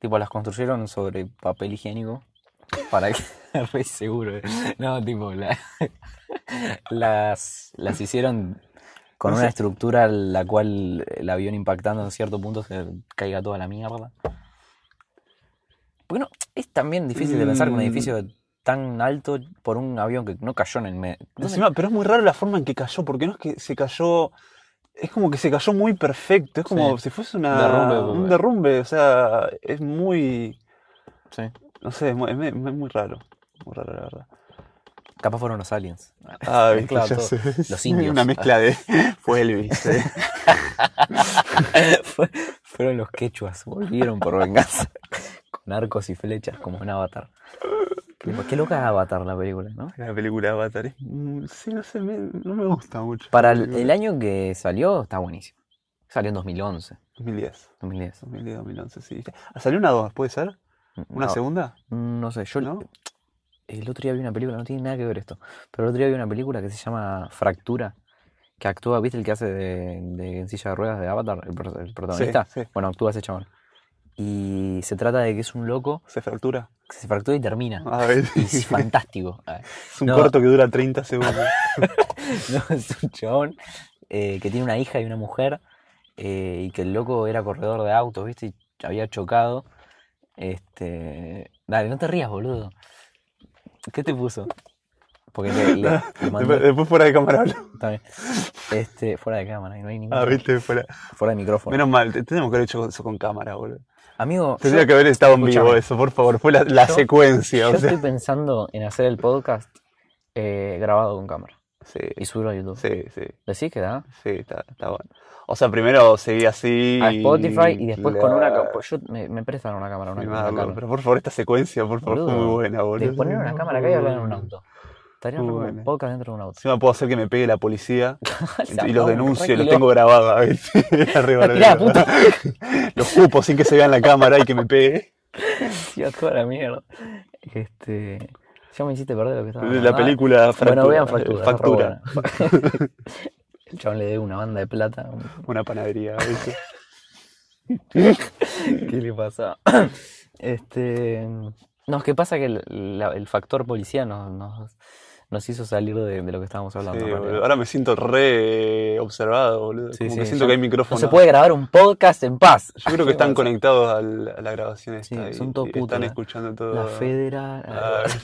[SPEAKER 1] Tipo, las construyeron sobre papel higiénico. Para que. Re seguro. eh. No, tipo, la- las, las hicieron con
[SPEAKER 2] No
[SPEAKER 1] una
[SPEAKER 2] sé.
[SPEAKER 1] estructura la cual el avión impactando en cierto punto se caiga toda la mierda. Porque no, es también difícil de pensar que un
[SPEAKER 2] Mm.
[SPEAKER 1] edificio tan alto por un avión que no cayó en el medio.
[SPEAKER 2] Encima, pero es muy raro la forma en que cayó, porque no es que se cayó. Es como que se cayó muy perfecto. Es como si fuese una,
[SPEAKER 1] Derrumbe, pues,
[SPEAKER 2] un
[SPEAKER 1] bueno.
[SPEAKER 2] derrumbe. O sea, es muy.
[SPEAKER 1] Sí.
[SPEAKER 2] No sé, es muy, es muy- es muy raro. Muy raro, la verdad.
[SPEAKER 1] Capaz fueron los aliens.
[SPEAKER 2] Ah, viste,
[SPEAKER 1] Mezclado
[SPEAKER 2] ya
[SPEAKER 1] todo.
[SPEAKER 2] sé.
[SPEAKER 1] Los indios.
[SPEAKER 2] Una mezcla de. Fue Elvis. eh.
[SPEAKER 1] Fue- Fueron los quechuas, volvieron por venganza. Con arcos y flechas como en Avatar. Tipo, Qué loca es Avatar la película, ¿no?
[SPEAKER 2] La película de Avatar. es- mm, Sí, no sé, me- no me gusta mucho.
[SPEAKER 1] Para el, el año que salió, está buenísimo. Salió en 2011,
[SPEAKER 2] 2010.
[SPEAKER 1] 2010.
[SPEAKER 2] 2010, 2011, sí. Ah, ¿Salió una 2, puede ser? ¿Una
[SPEAKER 1] No, mm,
[SPEAKER 2] segunda?
[SPEAKER 1] No sé, yo
[SPEAKER 2] ¿No?
[SPEAKER 1] el otro día vi una película, no tiene nada que ver esto, pero el otro día vi una película que se llama Fractura, que actúa, ¿viste el que hace de, de en silla de ruedas de Avatar, el, pro- el protagonista?
[SPEAKER 2] sí.
[SPEAKER 1] Bueno, actúa ese chabón. Y se trata de que es un loco
[SPEAKER 2] ¿Se fractura?
[SPEAKER 1] que se fractura y termina.
[SPEAKER 2] A ver.
[SPEAKER 1] Y es fantástico.
[SPEAKER 2] Es un
[SPEAKER 1] No.
[SPEAKER 2] corto que dura 30 segundos.
[SPEAKER 1] No, es un chabón eh, que tiene una hija y una mujer eh, y que el loco era corredor de autos, ¿viste? Y había chocado. Este... Dale, no te rías, boludo. ¿Qué te puso? Porque le, le- le mandó-
[SPEAKER 2] después, después fuera de cámara hablo.
[SPEAKER 1] Está bien. Este, fuera de cámara, no hay ningún...
[SPEAKER 2] Ah, viste, fuera.
[SPEAKER 1] Fuera de micrófono.
[SPEAKER 2] Menos mal, te- tenemos que haber hecho eso con cámara, boludo.
[SPEAKER 1] Amigo, yo,
[SPEAKER 2] Tendría que haber estado en
[SPEAKER 1] escúchame.
[SPEAKER 2] vivo eso, por favor. Fue la, la
[SPEAKER 1] Yo-
[SPEAKER 2] secuencia,
[SPEAKER 1] yo
[SPEAKER 2] o sea.
[SPEAKER 1] estoy pensando en hacer el podcast eh, grabado con cámara
[SPEAKER 2] Sí,
[SPEAKER 1] y subirlo a YouTube.
[SPEAKER 2] sí, sí,
[SPEAKER 1] ¿Decís que da?
[SPEAKER 2] sí, está, está bueno. O sea, primero seguí así.
[SPEAKER 1] a Spotify y después con una
[SPEAKER 2] la-
[SPEAKER 1] cámara. Yo me, me prestan una cámara, una, una
[SPEAKER 2] filmarlo.
[SPEAKER 1] cámara.
[SPEAKER 2] Pero por favor, esta secuencia, por favor, fue
[SPEAKER 1] Boludo,
[SPEAKER 2] muy buena,
[SPEAKER 1] De
[SPEAKER 2] boludo.
[SPEAKER 1] poner una cámara acá y hablar en un auto. Estaría
[SPEAKER 2] Muy
[SPEAKER 1] re bueno,
[SPEAKER 2] buena.
[SPEAKER 1] podcast dentro de un auto.
[SPEAKER 2] Encima puedo hacer que me pegue la policía y los
[SPEAKER 1] armó un
[SPEAKER 2] denuncio y los
[SPEAKER 1] requilombo.
[SPEAKER 2] tengo grabados. a ver, arriba,
[SPEAKER 1] La tirá,
[SPEAKER 2] arriba. Los cupo sin que se vean la cámara y que me pegue.
[SPEAKER 1] Hacía toda la mierda. Este. Ya me hiciste perder lo que estaba
[SPEAKER 2] De la
[SPEAKER 1] hablando. Ah,
[SPEAKER 2] película
[SPEAKER 1] Bueno, vean
[SPEAKER 2] Fractura,
[SPEAKER 1] factura.
[SPEAKER 2] Factura.
[SPEAKER 1] está re buena. El chabón le debe una banda de plata.
[SPEAKER 2] Una panadería. ¿viste?
[SPEAKER 1] ¿Qué le pasa? Este. No, es que pasa que el, la- el factor policía nos, nos, nos hizo salir de, de lo que estábamos hablando.
[SPEAKER 2] Sí,
[SPEAKER 1] en realidad.
[SPEAKER 2] boludo. Ahora me siento re observado, boludo.
[SPEAKER 1] Sí,
[SPEAKER 2] Como
[SPEAKER 1] sí,
[SPEAKER 2] que siento
[SPEAKER 1] ya
[SPEAKER 2] que hay
[SPEAKER 1] No
[SPEAKER 2] micrófonos.
[SPEAKER 1] se puede grabar un podcast en paz.
[SPEAKER 2] Yo creo que están
[SPEAKER 1] pasa?
[SPEAKER 2] conectados al- a la grabación esta
[SPEAKER 1] Sí,
[SPEAKER 2] y,
[SPEAKER 1] son todo
[SPEAKER 2] y
[SPEAKER 1] puto,
[SPEAKER 2] están
[SPEAKER 1] la-
[SPEAKER 2] escuchando todo.
[SPEAKER 1] La Federa.
[SPEAKER 2] Ah,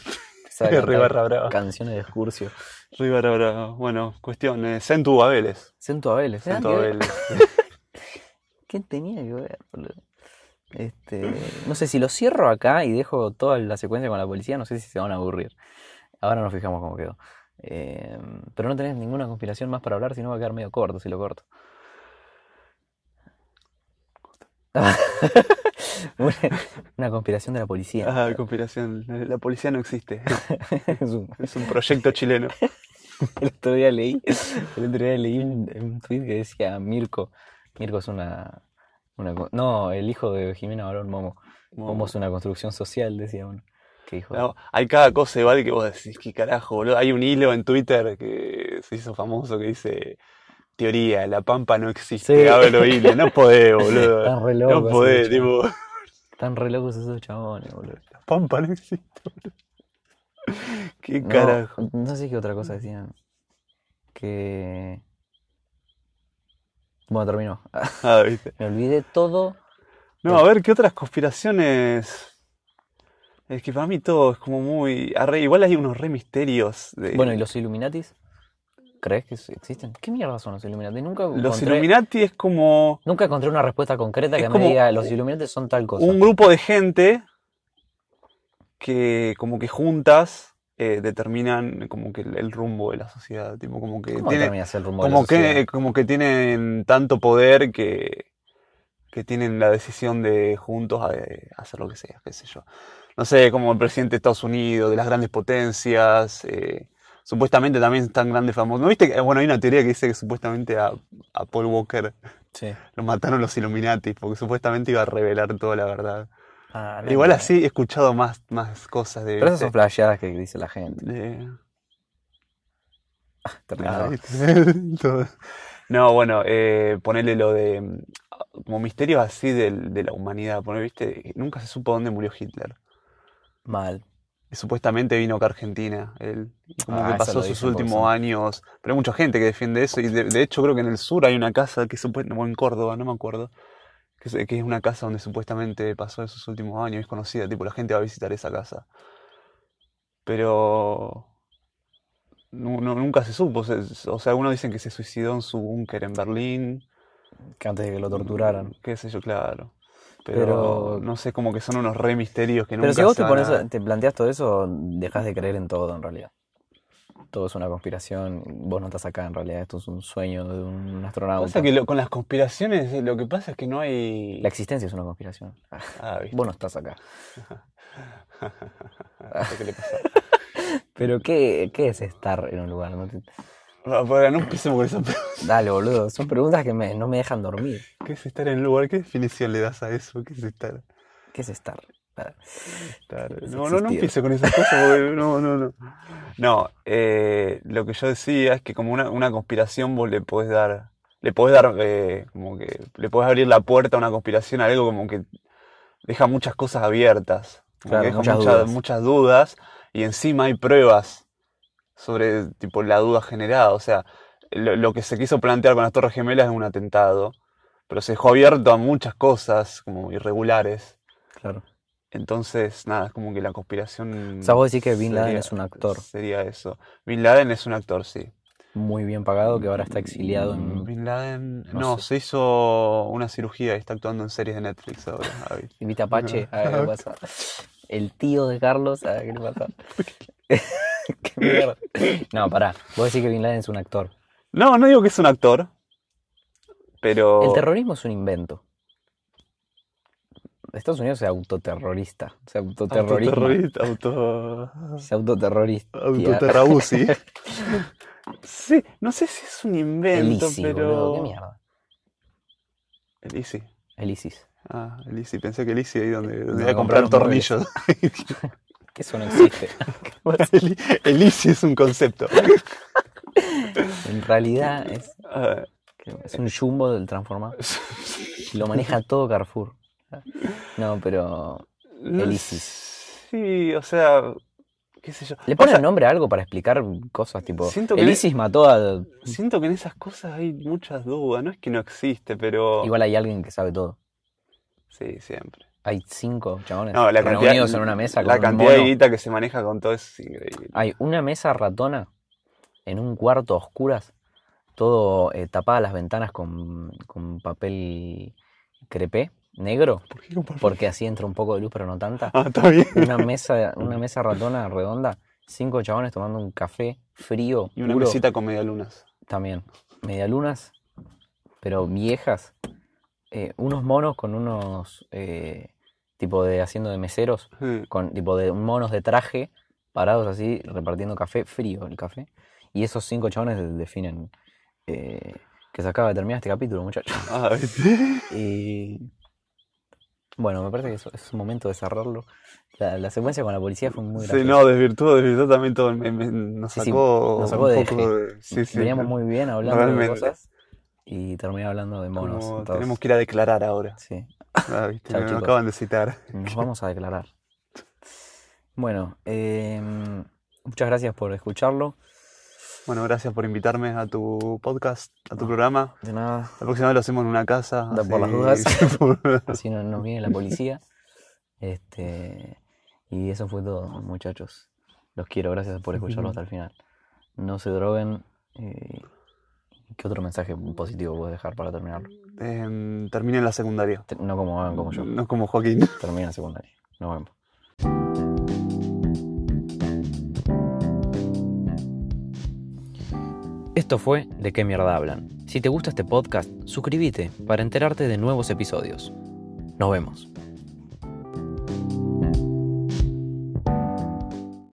[SPEAKER 1] sabe
[SPEAKER 2] Re
[SPEAKER 1] cantar
[SPEAKER 2] barra brava.
[SPEAKER 1] Canciones de Excursio.
[SPEAKER 2] River ahora. Bueno, cuestión. eh, Centu a Vélez.
[SPEAKER 1] Centro a Vélez. ¿eh?
[SPEAKER 2] Centu a
[SPEAKER 1] ¿Qué-
[SPEAKER 2] Vélez.
[SPEAKER 1] ¿Qué tenía que ver, boludo? Este, no sé, si lo cierro acá y dejo toda la secuencia con la policía, no sé si se van a aburrir. Ahora nos fijamos cómo quedó. Eh, pero no tenés ninguna conspiración más para hablar, si no va a quedar medio corto si lo corto. una, una conspiración de la policía.
[SPEAKER 2] Ah, conspiración. La, la policía no existe.
[SPEAKER 1] Es un-
[SPEAKER 2] Ah, Es un proyecto chileno.
[SPEAKER 1] El otro día leí, el otro día leí un, un tweet que decía Mirko. Mirko es una, una co- No, el hijo de Jimena Barón Momo.
[SPEAKER 2] Momo.
[SPEAKER 1] Momo es una construcción social, decía uno. Qué hijo. de-
[SPEAKER 2] No, hay cada cosa igual que vos decís, qué carajo, boludo. Hay un hilo en Twitter que se hizo famoso que dice teoría, la pampa no existe,
[SPEAKER 1] Sí.
[SPEAKER 2] abro hilo, no podés, boludo.
[SPEAKER 1] Están re
[SPEAKER 2] No
[SPEAKER 1] locos
[SPEAKER 2] podés,
[SPEAKER 1] esos chabones.
[SPEAKER 2] tipo,
[SPEAKER 1] Están re locos esos chabones, boludo.
[SPEAKER 2] la pampa no existe, boludo. Qué
[SPEAKER 1] No,
[SPEAKER 2] carajo.
[SPEAKER 1] no sé qué otra cosa decían. Que. Bueno, terminó.
[SPEAKER 2] Ah, viste.
[SPEAKER 1] Me olvidé todo.
[SPEAKER 2] No, a ver, ¿qué otras conspiraciones? Es que para mí todo es como muy... arre- igual hay unos re misterios de...
[SPEAKER 1] Bueno, ¿y los Illuminatis? ¿Crees que existen? ¿Qué mierda son los Illuminatis? Nunca
[SPEAKER 2] Los
[SPEAKER 1] encontré-
[SPEAKER 2] Illuminati es como...
[SPEAKER 1] Nunca encontré una respuesta concreta
[SPEAKER 2] Es
[SPEAKER 1] que me
[SPEAKER 2] como
[SPEAKER 1] diga los Illuminati son tal cosa.
[SPEAKER 2] un grupo de gente que como que juntas eh, determinan como que el, el rumbo de la sociedad, tipo como que
[SPEAKER 1] ¿Cómo
[SPEAKER 2] tiene-
[SPEAKER 1] termina de ser el rumbo de la
[SPEAKER 2] como que
[SPEAKER 1] sociedad?
[SPEAKER 2] como que tienen tanto poder que que tienen la decisión de juntos a- de hacer lo que sea, qué sé yo. No sé, como el presidente de Estados Unidos, de las grandes potencias, eh, supuestamente también están grandes famosos. ¿No viste? que- Bueno, hay una teoría que dice que supuestamente a, a Paul Walker
[SPEAKER 1] Sí.
[SPEAKER 2] lo mataron los Illuminati, porque supuestamente iba a revelar toda la verdad.
[SPEAKER 1] Ah, no,
[SPEAKER 2] Igual
[SPEAKER 1] no.
[SPEAKER 2] así este he escuchado más, más cosas de...
[SPEAKER 1] Pero esas son flasheadas que dice la gente.
[SPEAKER 2] de-
[SPEAKER 1] Terminaba.
[SPEAKER 2] Ah, ¿viste? Todo. No, bueno, eh, ponele lo de... mm, Como misterios así del- de, la humanidad. Ponele, viste, nunca se supo dónde murió Hitler.
[SPEAKER 1] Mal.
[SPEAKER 2] Y supuestamente vino acá a Argentina. Él, y como
[SPEAKER 1] Ah,
[SPEAKER 2] que
[SPEAKER 1] eso
[SPEAKER 2] pasó
[SPEAKER 1] lo
[SPEAKER 2] sus
[SPEAKER 1] dicen porque
[SPEAKER 2] últimos
[SPEAKER 1] son-
[SPEAKER 2] años. Pero hay mucha gente que defiende eso. Y de, de hecho creo que en el sur hay una casa que supuestamente... en Córdoba, no me acuerdo. Que es, que es una casa donde supuestamente pasó esos últimos años. Es conocida, tipo, la gente va a visitar esa casa. Pero... nu- nu- nunca se supo. se- o sea, algunos dicen que se suicidó en su búnker en Berlín.
[SPEAKER 1] Que antes de que lo torturaran.
[SPEAKER 2] Qué sé yo, claro. Pero,
[SPEAKER 1] Pero-
[SPEAKER 2] no sé, como que son unos re misterios que
[SPEAKER 1] Pero si
[SPEAKER 2] nunca
[SPEAKER 1] vos
[SPEAKER 2] se
[SPEAKER 1] te,
[SPEAKER 2] van
[SPEAKER 1] pones,
[SPEAKER 2] a-
[SPEAKER 1] a- te planteas todo eso, dejas de creer en todo en realidad. Todo es una conspiración. Vos no estás acá en realidad. Esto es un sueño de un astronauta.
[SPEAKER 2] Pasa que lo- con las conspiraciones eh, lo que pasa es que no hay.
[SPEAKER 1] La existencia es una conspiración.
[SPEAKER 2] Ah, ¿viste?
[SPEAKER 1] Vos no estás acá.
[SPEAKER 2] No sé ah, qué le pasa.
[SPEAKER 1] Pero ¿qué, qué es estar en un lugar? No te-
[SPEAKER 2] No, para, no empecemos con esa pregunta.
[SPEAKER 1] Dale, boludo. Son preguntas que me- no me dejan dormir.
[SPEAKER 2] ¿Qué es estar en un lugar? ¿Qué definición le das a eso? ¿Qué es estar?
[SPEAKER 1] ¿Qué es estar? Ah,
[SPEAKER 2] estar?
[SPEAKER 1] Es
[SPEAKER 2] No, no, no
[SPEAKER 1] existir.
[SPEAKER 2] empieces con esas cosas porque no, no, no. No, eh, lo que yo decía es que como una, una conspiración vos le podés dar. Le podés dar, eh, como que. Le podés abrir la puerta a una conspiración, a algo como que deja muchas cosas abiertas. Como
[SPEAKER 1] Claro,
[SPEAKER 2] que deja
[SPEAKER 1] muchas
[SPEAKER 2] mucha-
[SPEAKER 1] dudas.
[SPEAKER 2] muchas dudas y encima hay pruebas sobre tipo la duda generada. O sea, lo, lo que se quiso plantear con las Torres Gemelas es un atentado, pero se dejó abierto a muchas cosas como irregulares.
[SPEAKER 1] Claro.
[SPEAKER 2] Entonces, nada, es como que la conspiración
[SPEAKER 1] O sea, vos decís que Bin Laden
[SPEAKER 2] sería-
[SPEAKER 1] es un actor
[SPEAKER 2] Sería eso. Bin Laden es un actor, sí.
[SPEAKER 1] muy bien pagado que ahora está exiliado en...
[SPEAKER 2] Bin Laden,
[SPEAKER 1] no
[SPEAKER 2] no,
[SPEAKER 1] sé.
[SPEAKER 2] se hizo una cirugía y está actuando en series de Netflix ahora. Avi.
[SPEAKER 1] Invita Apache. A ver qué pasa. El tío de Carlos. A ver qué le pasa. Qué mierda. No, pará. Vos decís que Bin Laden es un actor.
[SPEAKER 2] No, no digo que es un actor, pero
[SPEAKER 1] El terrorismo es un invento. Estados Unidos se autoterrorista. Se autoterrorista.
[SPEAKER 2] Autoterrorista, auto...
[SPEAKER 1] Se autoterrorista.
[SPEAKER 2] Autoterrabusi. sí, no sé si es un
[SPEAKER 1] El
[SPEAKER 2] invento,
[SPEAKER 1] ISIS,
[SPEAKER 2] pero...
[SPEAKER 1] boludo. Qué mierda.
[SPEAKER 2] El ISI.
[SPEAKER 1] El ISIS.
[SPEAKER 2] Ah, el ISI. Pensé que el ISI ahí donde, donde
[SPEAKER 1] Donde
[SPEAKER 2] voy a comprar
[SPEAKER 1] compramos muebles.
[SPEAKER 2] tornillos.
[SPEAKER 1] que eso no existe.
[SPEAKER 2] Pues, El, el ICI es un concepto.
[SPEAKER 1] En realidad es,
[SPEAKER 2] Ah,
[SPEAKER 1] es un jumbo del transformado. Y lo maneja todo Carrefour. No, pero.
[SPEAKER 2] no
[SPEAKER 1] El
[SPEAKER 2] sé-
[SPEAKER 1] ISIS.
[SPEAKER 2] Sí, o sea, qué sé yo.
[SPEAKER 1] ¿Le
[SPEAKER 2] O
[SPEAKER 1] ponen
[SPEAKER 2] sea,
[SPEAKER 1] nombre a algo para explicar cosas tipo.
[SPEAKER 2] Siento que-
[SPEAKER 1] el ISIS mató a.
[SPEAKER 2] Siento que en esas cosas hay muchas dudas. No es que no existe, pero.
[SPEAKER 1] Igual hay alguien que sabe todo.
[SPEAKER 2] Sí, siempre.
[SPEAKER 1] Hay cinco chabones
[SPEAKER 2] No, la cantidad,
[SPEAKER 1] reunidos en una mesa con
[SPEAKER 2] la
[SPEAKER 1] un
[SPEAKER 2] cantidad de
[SPEAKER 1] mono.
[SPEAKER 2] guita que se maneja con todo es increíble.
[SPEAKER 1] Hay una mesa ratona en un cuarto a oscuras, todo eh, tapada las ventanas con, con papel crepé negro,
[SPEAKER 2] ¿Por qué comparto?
[SPEAKER 1] porque así entra un poco de luz, pero no tanta.
[SPEAKER 2] Ah, está bien.
[SPEAKER 1] Una mesa, una mesa ratona redonda, cinco chabones tomando un café frío,
[SPEAKER 2] Y una
[SPEAKER 1] puro,
[SPEAKER 2] mesita con medialunas.
[SPEAKER 1] también. Medialunas, pero viejas. Eh, unos monos con unos eh, tipo de haciendo de meseros
[SPEAKER 2] Sí.
[SPEAKER 1] con tipo de monos de traje parados así repartiendo café, frío el café. Y esos cinco chabones de- definen eh, que se acaba de terminar este capítulo, muchachos.
[SPEAKER 2] Ah, ¿viste?
[SPEAKER 1] Y bueno, me parece que eso- es un momento de cerrarlo. La, la secuencia con la policía fue muy
[SPEAKER 2] Sí,
[SPEAKER 1] graciosa.
[SPEAKER 2] no, desvirtuó, desvirtuó también todo. me- me- nos
[SPEAKER 1] Sí, sí,
[SPEAKER 2] sacó
[SPEAKER 1] nos sacó
[SPEAKER 2] un
[SPEAKER 1] de
[SPEAKER 2] poco de... Sí, sí.
[SPEAKER 1] Veníamos muy bien hablando
[SPEAKER 2] Realmente.
[SPEAKER 1] de cosas y terminé hablando de monos.
[SPEAKER 2] Como
[SPEAKER 1] entonces,
[SPEAKER 2] tenemos que ir a declarar ahora.
[SPEAKER 1] sí,
[SPEAKER 2] Ah, ¿viste?
[SPEAKER 1] Chao,
[SPEAKER 2] Nos
[SPEAKER 1] chicos.
[SPEAKER 2] acaban de citar.
[SPEAKER 1] nos vamos a declarar. Bueno, em, muchas gracias por escucharlo.
[SPEAKER 2] Bueno, gracias por invitarme a tu podcast, a tu programa.
[SPEAKER 1] De nada.
[SPEAKER 2] La próxima vez lo hacemos en una casa.
[SPEAKER 1] Ah. Da por
[SPEAKER 2] así-
[SPEAKER 1] las si no nos viene la policía. Este, y eso fue todo, muchachos. Los quiero, gracias por escucharlo hasta el final. No se droguen. eh, ¿Qué otro mensaje positivo puedes dejar para terminarlo?
[SPEAKER 2] Em, terminé en la secundaria.
[SPEAKER 1] Te- No como hagan como yo.
[SPEAKER 2] No como Joaquín.
[SPEAKER 1] Termina la secundaria. Nos vemos. Esto fue De qué mierda hablan. Si te gusta este podcast, suscríbete para enterarte de nuevos episodios. Nos vemos.